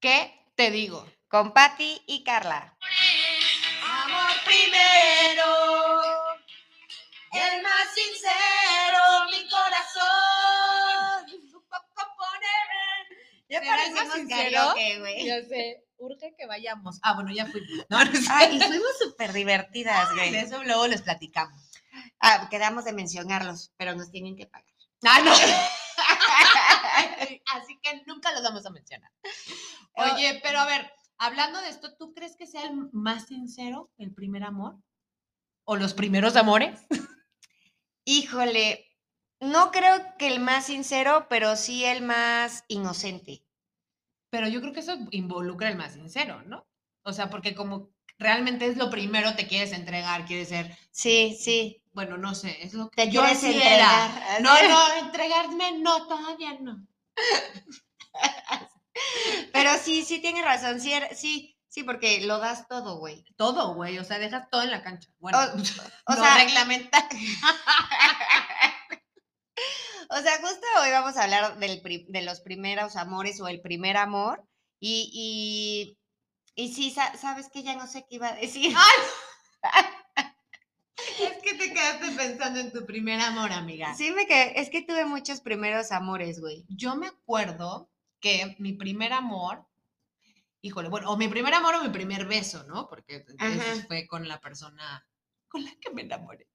¿Qué te digo? Con Patti y Carla. Amor primero, el más sincero, mi corazón. Poco poner. Ya Pero parecemos hacemos sincero. karaoke, güey. Ya sé, urge que vayamos. Ah, bueno, ya fuimos. No, no sé. Ay, y fuimos súper divertidas, De güey. eso luego les platicamos. Ah, quedamos de mencionarlos, pero nos tienen que pagar. Ah, no. Así que nunca los vamos a mencionar. Oye, pero a ver, hablando de esto, ¿tú crees que sea el más sincero el primer amor? ¿O los primeros amores? Híjole, no creo que el más sincero, pero sí el más inocente. Pero yo creo que eso involucra el más sincero, ¿no? O sea, porque como realmente es lo primero, te quieres entregar, quieres ser, Sí, sí. bueno, no sé, es lo que Te yo quieres así entregar. era. así No, es. no, entregarme no, todavía no. Pero sí, sí tienes razón. Sí, era- sí, sí, porque lo das todo, güey. Todo, güey, o sea, dejas todo en la cancha. Bueno, O- O no sea, reglamenta. O sea, justo hoy vamos a hablar del pri- de los primeros amores o el primer amor. Y, y, y sí, sa- sabes que ya no sé qué iba a decir. Es que te quedaste pensando en tu primer amor, amiga. Sí, me quedé- es que tuve muchos primeros amores, güey. Yo me acuerdo que mi primer amor, híjole, bueno, o mi primer amor o mi primer beso, ¿no? Porque Ajá. eso fue con la persona con la que me enamoré.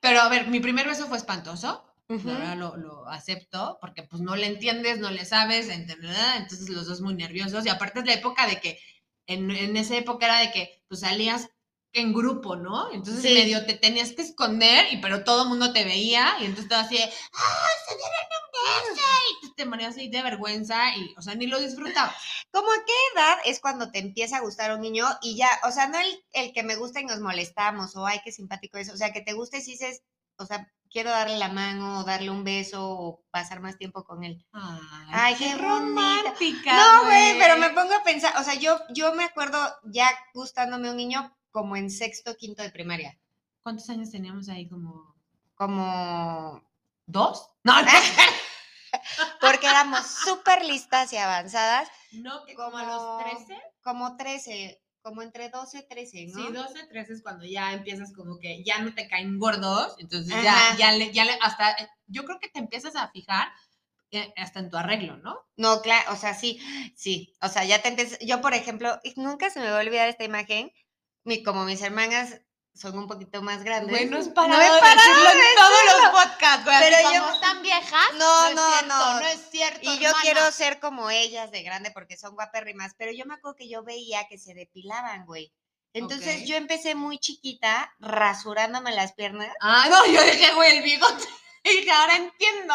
Pero a ver, mi primer beso fue espantoso. Ujú. La verdad lo, lo acepto porque pues no le entiendes, no le sabes, ente- ¿verdad? entonces los dos muy nerviosos y aparte es la época de que, en, en esa época era de que pues salías en grupo, ¿no? Entonces Sí. medio te tenías que esconder y pero todo el mundo te veía y entonces todo así, de, ¡ah, se dieron un beso! Y entonces te morías así de vergüenza y, o sea, ni lo disfrutabas. ¿Cómo a qué edad es cuando te empieza a gustar un niño y ya, o sea, no el, el que me gusta y nos molestamos o ay, qué simpático es, o sea, que te guste si dices, o sea, quiero darle la mano o darle un beso o pasar más tiempo con él. Ay, Ay, qué bonita. romántica. No, güey, pero me pongo a pensar, o sea, yo, yo me acuerdo ya gustándome un niño como en sexto, quinto de primaria, ¿Cuántos años teníamos ahí? ¿Como como dos? No, no. porque éramos súper listas y avanzadas, no que como a los Como- 13. como 13, como entre 12, 13, ¿no? Sí, 12, 13 es cuando ya empiezas como que ya no te caen gordos, entonces ya, Ajá. ya, le, ya le, hasta, eh, yo creo que te empiezas a fijar eh, hasta en tu arreglo, ¿no? No, claro, o sea, sí, sí, o sea, ya te empiezas, yo por ejemplo, y nunca se me va a olvidar esta imagen, mi, como mis hermanas son un poquito más grandes. no he parado de decirlo. los podcasts, güey, Pero así yo- como están viejas, No, es no, cierto, no. no es cierto, Y yo hermana. quiero ser como ellas de grande porque son guapérrimas, pero yo me acuerdo que yo veía que se depilaban, güey. Entonces Ok. yo empecé muy chiquita rasurándome las piernas. Ah, no, yo dije, güey, el bigote, y dije, ahora entiendo.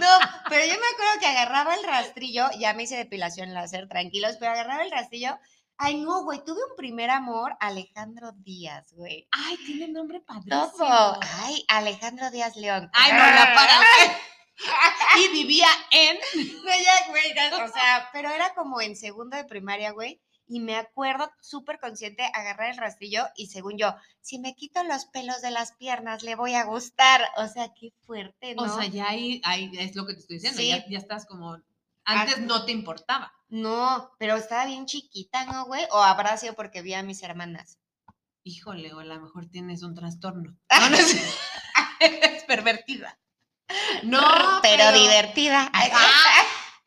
No, pero yo me acuerdo que agarraba el rastrillo, ya me hice depilación láser, tranquilos, pero agarraba el rastrillo. Ay, no, güey, tuve un primer amor, Alejandro Díaz, güey. Ay, tiene nombre padrísimo. Todo. Ay, Alejandro Díaz León. Ah. Ay, no, la paraste. y vivía en... No, ya, güey, ya, o sea, pero era como en segundo de primaria, güey. Y me acuerdo súper consciente agarrar el rastrillo y según yo, si me quito los pelos de las piernas, le voy a gustar. O sea, qué fuerte, ¿no? O sea, ya ahí, ahí es lo que te estoy diciendo, Sí. Ah, ya, ya estás como, antes no te importaba. No, pero estaba bien chiquita, ¿no, güey? O habrá sido porque vi a mis hermanas. híjole, o a lo mejor tienes un trastorno. Ah. No, no es, eres pervertida. No, pero, divertida. Ay,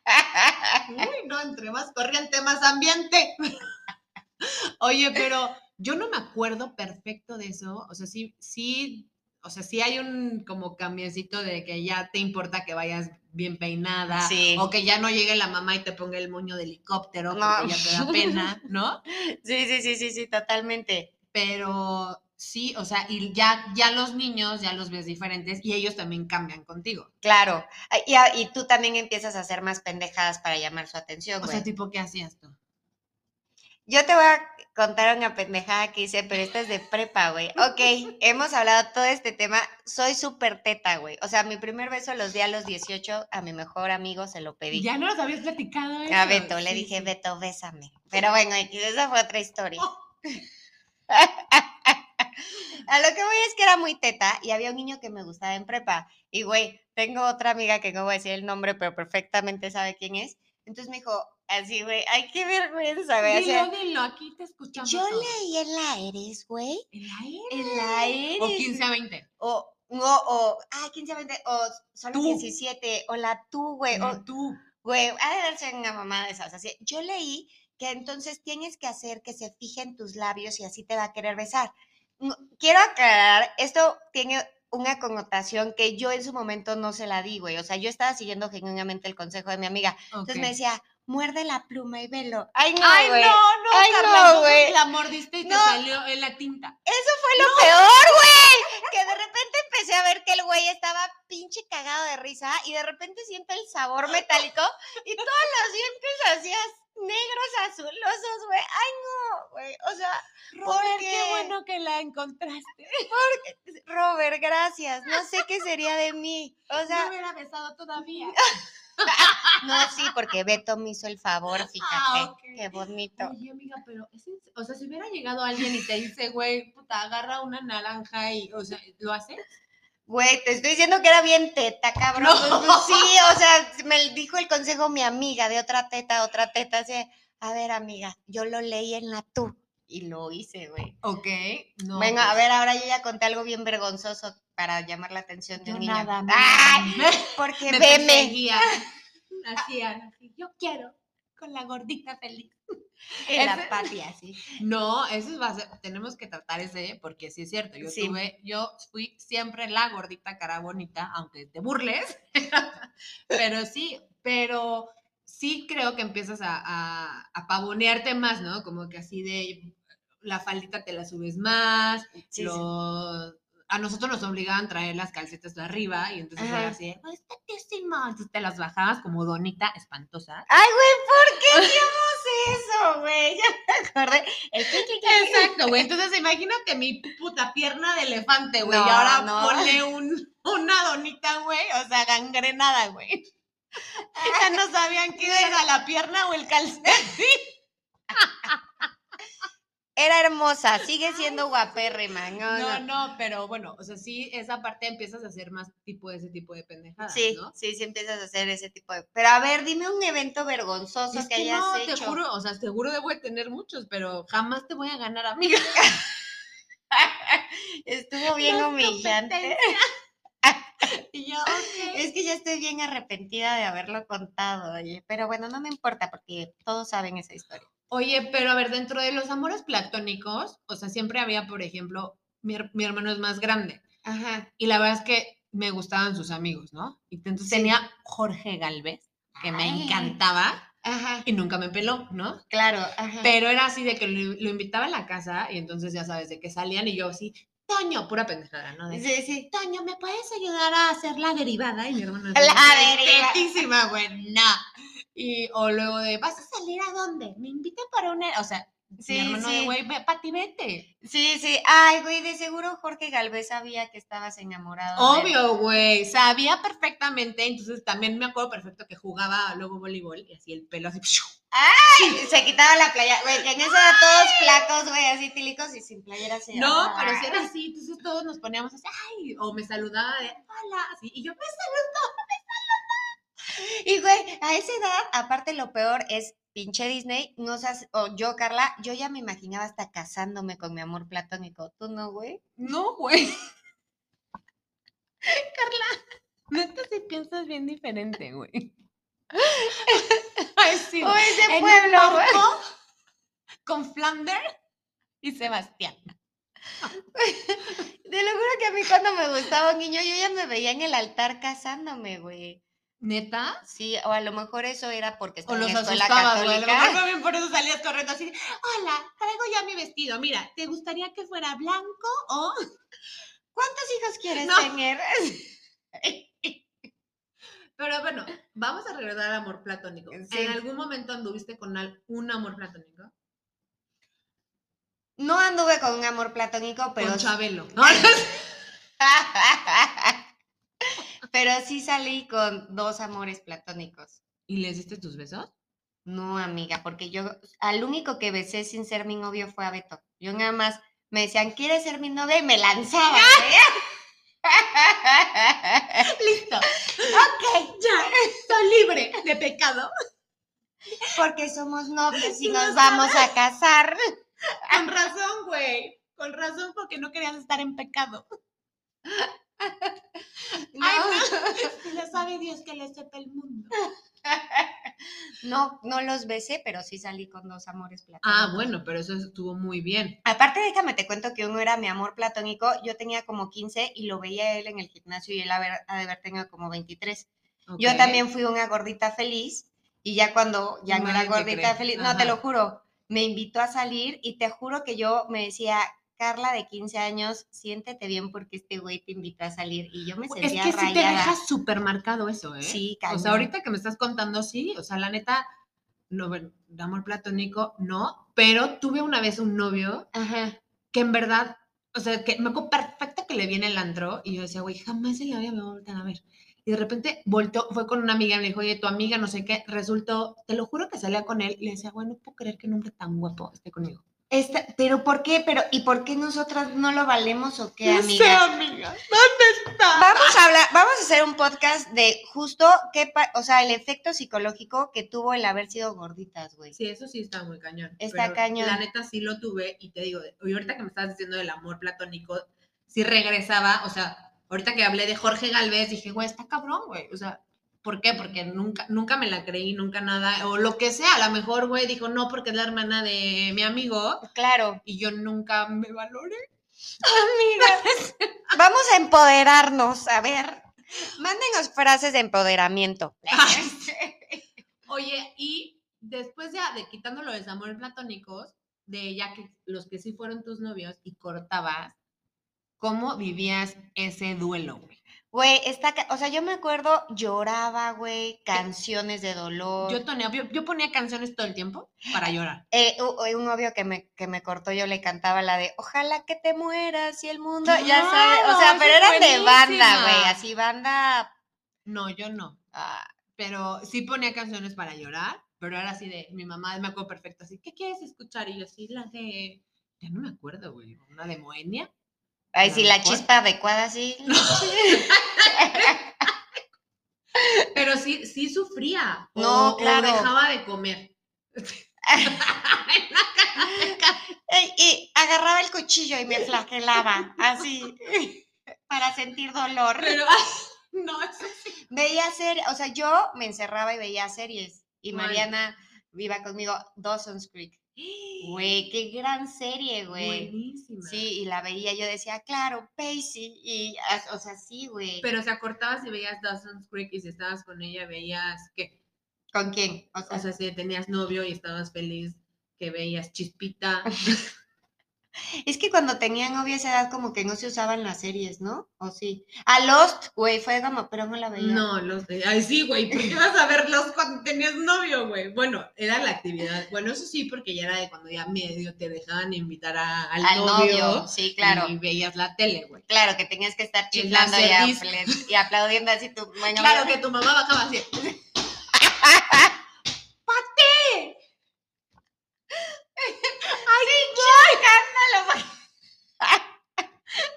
Ah. Uy, no, entre más corriente, más ambiente. Oye, pero yo no me acuerdo perfecto de eso. O sea, sí, sí, o sea, sí hay un como cambiecito de que ya te importa que vayas bien peinada. Sí. O que ya no llegue la mamá y te ponga el moño de helicóptero No. porque ya te da pena, ¿no? Sí, sí, sí, sí, sí, totalmente. pero sí, o sea, y ya, ya los niños ya los ves diferentes y ellos también cambian contigo. Claro. Ay, Y, a- y tú también empiezas a hacer más pendejadas para llamar su atención, O güey. sea, tipo, ¿qué hacías tú? Yo te voy a contar una pendejada que hice, pero esta es de prepa, güey. Ok, hemos hablado todo este tema. Soy súper teta, güey. O sea, mi primer beso los di a los 18, a mi mejor amigo se lo pedí. Ya no los habías platicado. a eso. Beto, le Sí, dije, sí. Oh. Beto, bésame. Pero bueno, X, esa fue otra historia. a lo que voy es que era muy teta y había un niño que me gustaba en prepa. Y, güey, tengo otra amiga que no voy a decir el nombre, pero perfectamente sabe quién es. Entonces me dijo, así, güey, ay, qué vergüenza, güey. así, Dilo, dilo, aquí te escuchamos. yo todos. leí el Aires, güey. El aire. El Aires. O 15 a 20. O, no, o, ay, 15, 20, o solo Tú. 17, o la tú, güey, o O tú. Güey, ha de darse una mamada de esas. Así, yo leí que entonces tienes que hacer que se fijen tus labios y así te va a querer besar. No, Quiero aclarar, esto tiene una connotación que yo en su momento no se la di, güey. O sea, yo estaba siguiendo genuinamente el consejo de mi amiga. Entonces me Ok. decía, muerde la pluma y velo. Ay, no, Ay, güey. no, no, Ay, no, Carla, entonces güey. La mordiste y te No. salió en la tinta. fue lo peor, güey. Que de repente empecé a ver que el güey estaba pinche cagado de risa y de repente siento el sabor metálico y todos los dientes así az- negros, azulosos, güey. Ay, no, güey. O sea, Robert, qué? qué? bueno que la encontraste. Robert, gracias. No sé qué sería de mí. O No me sea, hubiera besado todavía. no, sí, porque Beto me hizo el favor, fíjate. Ah, ok. Qué bonito. Oye, amiga, pero es en- o sea, si hubiera llegado alguien y te dice, güey, puta, agarra una naranja y, o sea, ¿lo hace? Güey, te estoy diciendo que era bien teta, cabrón. Pues, No. pues, sí, o sea, me dijo el consejo mi amiga de otra teta, otra teta. Así, de, a ver, amiga, yo lo leí en la tú. Y lo hice, güey. Ok. No. Venga, a pues, ver, ahora yo ya conté algo bien vergonzoso para llamar la atención de Yo un niño. nada, amiga. ¡Ay! Porque Me veme. perseguía. Así, así. Yo quiero con la gordita feliz. En Ese- la patia, así. No, eso va a ser, tenemos que tratar ese, ¿eh? porque sí es cierto, yo Sí. tuve, yo fui siempre la gordita cara bonita, aunque te burles, pero sí, pero sí creo que empiezas a, a, a pavonearte más, ¿no? Como que así de la faldita te la subes más, Sí, sí. los- a nosotros nos obligaban a traer las calcetas de arriba y entonces Ajá. era así, de, "Pues, "Ay, está tienísimo", entonces te las bajabas como donita espantosa. Ay, güey, ¿por qué hacíamos eso, güey? Ya me acordé. El clic, clic, clic, clic. Exacto, güey. Entonces, imagínate mi puta pierna de elefante, güey. No, y ahora no. ponle un, una donita, güey. O sea, gangrenada, güey. Ya no sabían qué era la pierna o el calcetín. Era hermosa, sigue siendo guapérrima. No, no. No, no, pero bueno, o sea, sí, esa parte empiezas a hacer más tipo ese tipo de pendejadas, Sí, Ah, ¿no? sí, sí empiezas a hacer ese tipo de... Pero a ver, dime un evento vergonzoso Es que, que hayas no, hecho. te juro, o sea, seguro debo de tener muchos, pero jamás te voy a ganar, amiga. Estuvo bien Las humillante. Y yo, ok. Es que ya estoy bien arrepentida de haberlo contado, oye. Pero bueno, no me importa porque todos saben esa historia. Oye, pero a ver, dentro de los amores platónicos, o sea, siempre había, por ejemplo, mi, her- mi hermano es más grande Ajá. y la verdad es que me gustaban sus amigos, ¿no? Y entonces Sí. tenía Jorge Galvez, que me Ay. encantaba Ajá. y nunca me peló, ¿no? Claro, ajá. Pero era así de que lo, lo invitaba a la casa y entonces ya sabes de que salían y yo así, Toño, pura pendejada, ¿no? De, Sí, sí. Toño, ¿me puedes ayudar a hacer la derivada? Y mi hermano así, La "Ay, derivada". tetísima, güey, no. Y, o luego de, ¿vas a salir a dónde? Me invitan para una... O sea, Sí, mi hermano de, sí. güey, ve, Pati, vete. Sí, sí. Ay, güey, de seguro Jorge Galvez sabía que estabas enamorado. de él. Obvio, güey, sabía perfectamente. Entonces también me acuerdo perfecto que jugaba luego voleibol y así el pelo así... ¡pshu! Se quitaba la playa. Güey, que en eso era todos flacos, güey, así tílicos y sin playera. así. No, Ah. pero si era así, entonces todos nos poníamos así, ay, o me saludaba de, hola, así, y yo, pues, Y güey, a esa edad, aparte lo peor es pinche Disney, no seas, o yo, Carla, yo ya me imaginaba hasta casándome con mi amor platónico. ¿Tú no, güey? no, güey. Carla, neta, si piensas bien diferente, güey. ay, sí, O ese en un pueblo, güey. barco con Flander y Sebastián. Te lo juro que a mí cuando me gustaba un niño, yo ya me veía en el altar casándome, güey. ¿Neta? Sí, o a lo mejor eso era porque O estaba los en la escuela asustaba, güey. A católica. lo mejor también por eso salías corriendo así. de, Hola, traigo ya mi vestido. Mira, ¿te gustaría que fuera blanco o...? ¿Cuántos hijos quieres No. tener? Pero bueno, vamos a regresar al amor platónico. Sí. ¿En algún momento anduviste con al- un amor platónico? No anduve con un amor platónico, pero con sí- Chabelo. pero sí salí con dos amores platónicos. ¿Y les diste tus besos? No, amiga, porque yo al único que besé sin ser mi novio fue a Beto. Yo nada más me decían, ¿quieres ser mi novia? Y me lanzaba. ¿eh? güey. Listo, ok. ya, soy libre de pecado. Porque somos novios y nos vamos a casar. Con razón, güey. Con razón, porque no querían estar en pecado. Ay, no. Ya sabe Dios que le sepa el mundo. No, no los besé, pero sí salí con dos amores platónicos. Ah, bueno, pero eso estuvo muy bien. Aparte, déjame te cuento que uno era mi amor platónico. Yo tenía como 15 y lo veía él en el gimnasio y él haber- ha de haber tenido como 23. Yo Ok. también fui una gordita feliz y ya cuando ya no, era Nadie te gordita cree. feliz, no, Ajá. te lo juro, me invitó a salir y te juro que yo me decía, Carla de 15 años, siéntete bien porque este güey te invitó a salir y yo me Es sentía que sí te rayada. deja súper marcado eso, ¿eh? Sí, O cañón. sea, ahorita que me estás contando, sí, o sea, la neta, no, bueno, de amor platónico, no, pero tuve una vez un novio Ajá. que en verdad, o sea, que me acuerdo perfecto que le vi en el antro y yo decía, güey, jamás en la vida me voy a volver a ver. Y de repente volteó, fue con una amiga y me dijo, oye, tu amiga, no sé qué, resultó, te lo juro que salía con él y le decía, güey, no puedo creer que un hombre tan guapo esté conmigo. Esta- pero ¿por qué? Pero ¿y por qué nosotras no lo valemos o qué, No sé, amiga? amiga, ¿dónde está? Vamos a hablar, vamos a hacer un podcast de justo qué, pa- o sea, el efecto psicológico que tuvo el haber sido gorditas, güey. Sí, eso sí está muy cañón. Está pero cañón. La neta sí lo tuve y te digo, y ahorita que me estabas diciendo del amor platónico, sí regresaba, o sea, ahorita que hablé de Jorge Galvez, dije, güey, está cabrón, güey. O sea, ¿por qué? Porque nunca, nunca me la creí, nunca nada, o lo que sea, a lo mejor, güey, dijo, no, porque es la hermana de mi amigo Claro. y yo nunca me valoré. Amigas, vamos a empoderarnos, a ver. Mándenos frases de empoderamiento. Oye, y después ya de quitando los amores platónicos, de ya que los que sí fueron tus novios y cortabas, ¿cómo vivías ese duelo, güey? Güey, está, ca- o sea, yo me acuerdo, lloraba, güey, canciones de dolor. Yo, tonea- yo, yo ponía canciones todo el tiempo para llorar. Eh, u- u- un novio que me, que me cortó, yo le cantaba la de Ojalá que te mueras y el mundo, ya sabes, o Claro, sea, pero esa es eran de banda, güey, buenísima. así banda, No, yo no. ah, Pero sí ponía canciones para llorar, pero era así de, mi mamá me acuerdo perfecto, así, ¿qué quieres escuchar? Y yo así, la de, ya no me acuerdo, güey, una de Moenia. ay, A sí, lo la mejor. chispa adecuada, sí. Pero sí, sí sufría. o- No, claro. O dejaba de comer. Ey, y agarraba el cuchillo y me flagelaba, así, para sentir dolor. Pero, no, eso Veía ser, o sea, yo me encerraba y veía series. Y ¿Cuál? Mariana viva conmigo, Dawson's Creek. Güey, qué gran serie, güey. Buenísima. Sí, y la veía, yo decía, claro, Paisy. Y, as- o sea, sí, güey. Pero o sea, cortabas y veías Dawson's Creek y si estabas con ella veías que, ¿Con quién? O sea, o sea, si tenías novio y estabas feliz, que veías chispita. es que cuando tenía novia a esa edad, como que no se usaban las series, ¿no? O sí. A Lost, güey, fue como, pero no la veía. No, los de, ay sí, güey, ¿por qué vas a verlos cuando tenías novio, güey? Bueno, era la actividad. Bueno, eso sí, porque ya era de cuando ya medio te dejaban invitar a- al, Al novio, novio, sí, claro. y veías la tele, güey. Claro, que tenías que estar Y la chiflando y, cerdiz. apl- y aplaudiendo así tu... Bueno, Claro que tu mamá bajaba así.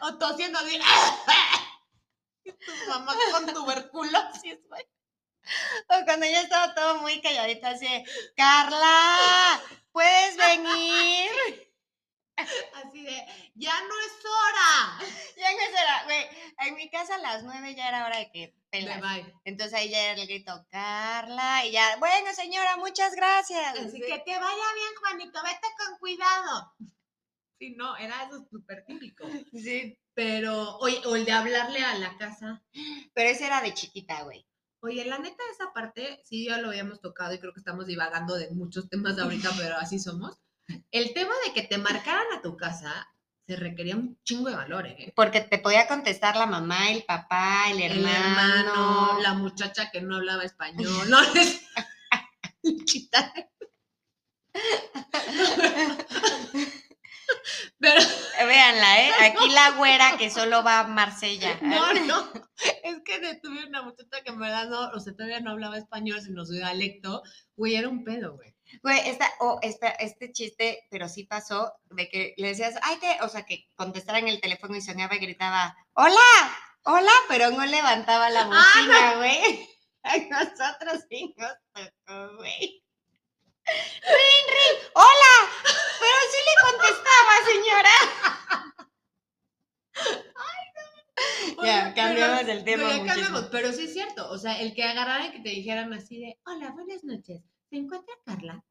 o tosiendo así. tu mamá con tuberculosis, güey. O Pues, cuando yo estaba todo muy calladito, así, de, Carla, ¿puedes venir? Así de, ya no es hora. Ya no será, güey. En mi casa a las nueve ya era hora de que pelas. Bye, bye. Entonces ahí ya era el grito, Carla, y ya, bueno, señora, muchas gracias. Así que te vaya bien, Juanito, vete con cuidado. Sí, no, era eso súper típico. Sí. Pero, oye, o el de hablarle a la casa. Pero esa era de chiquita, güey. Oye, la neta, esa parte sí ya lo habíamos tocado y creo que estamos divagando de muchos temas ahorita, pero así somos. El tema de que te marcaran a tu casa se requería un chingo de valor, ¿eh? Porque te podía contestar la mamá, el papá, el el hermano. hermano, la muchacha que no hablaba español, no les... Chita. Pero Véanla, ¿eh? Aquí la güera que solo va a Marsella. no, no, es que de- tuve una muchacha que en verdad no, o sea, todavía no hablaba español, sino su dialecto, güey, era un pedo, güey. Güey, esta, o esta, este chiste, pero sí pasó, de que le decías, ay, te, o sea, que contestara en el teléfono y soñaba y gritaba, hola, hola, pero no levantaba la Ah, bocina, güey. Ay, nosotros sí nos tocó, güey. cambiamos el tema. No, ya muchísimo. cambiamos, pero sí es cierto. O sea, el que agarraran y que te dijeran así de, hola, buenas noches. ¿Se encuentra Carla?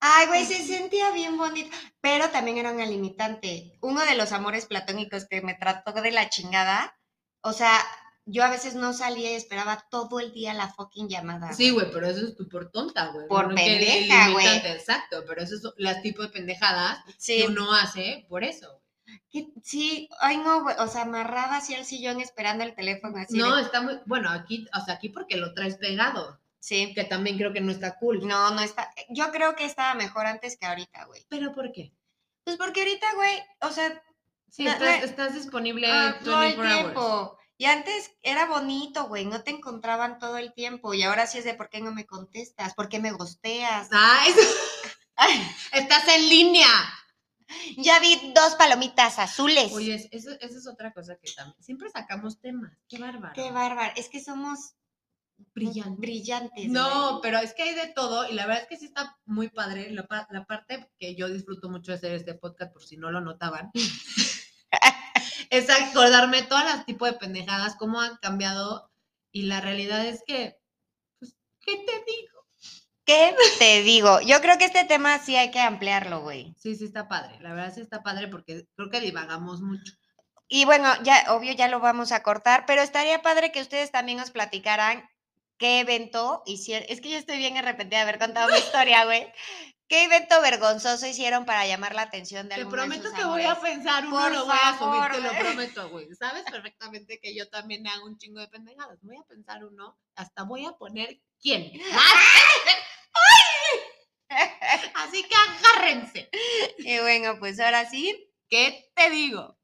Ay, güey, Pues se sentía bien bonito, pero también era una limitante. Uno de los amores platónicos que me trató de la chingada, o sea, yo a veces no salía y esperaba todo el día la fucking llamada. Sí, güey, pero eso es tú por tonta, güey. Ah, Por No que pendeja, limitante, güey. Exacto, pero eso es las tipo de pendejadas que sí, uno hace por eso. que- sí, ay no, güey, o sea, amarrada así al sillón esperando el teléfono así. no, de- está muy, bueno, aquí, o sea, aquí porque lo traes pegado, sí, que también creo que no está cool. no, no está. Yo creo que estaba mejor antes que ahorita, güey. ¿Pero por qué? Pues porque ahorita, güey, o sea, Sí, No, estás, no, estás disponible pues, Ah, todo el 24 hours. tiempo. Y antes era bonito, güey, no te encontraban todo el tiempo. Y ahora sí es de por qué no me contestas, por qué me gosteas. Ah, eso- Ay, estás en línea. ya vi dos palomitas azules. Oye, es- eso, eso es otra cosa que también. Siempre sacamos temas. Qué bárbaro. qué bárbaro. Es que somos Brillante. brillantes. No, güey. pero es que hay de todo y la verdad es que sí está muy padre. La, pa- la parte que yo disfruto mucho de hacer este podcast, por si no lo notaban, es acordarme todas las tipos de pendejadas, cómo han cambiado y la realidad es que, pues, ¿qué te digo? ¿Qué te digo? Yo creo que este tema sí hay que ampliarlo, güey. Sí, sí está padre. La verdad sí está padre porque creo que divagamos mucho. Y bueno, ya, obvio, ya lo vamos a cortar, pero estaría padre que ustedes también nos platicaran qué evento hicieron. Es que yo estoy bien arrepentida de haber contado mi historia, güey. ¿Qué evento vergonzoso hicieron para llamar la atención de Te alguno de prometo sus que voy a amores? pensar uno, Por lo voy a subir, favor, te lo güey. prometo, güey. Sabes perfectamente que yo también hago un chingo de pendejadas. Voy a pensar uno, hasta voy a poner quién. Así que agárrense. Y bueno, pues ahora sí, ¿Qué te digo?